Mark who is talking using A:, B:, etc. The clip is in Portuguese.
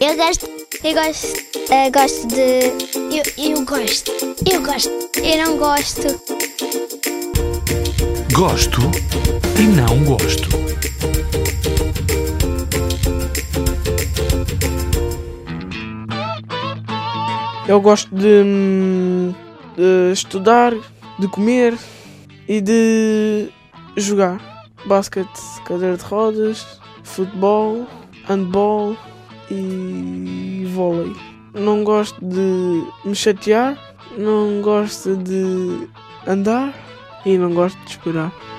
A: Eu gosto, eu gosto, eh, gosto de. Eu, eu gosto, eu gosto, eu não gosto.
B: Gosto e não gosto.
C: Eu gosto de, hum, de estudar, de comer e de jogar. Basquete, cadeira de rodas, futebol, handball e vôlei. Não gosto de me chatear, não gosto de andar e não gosto de esperar.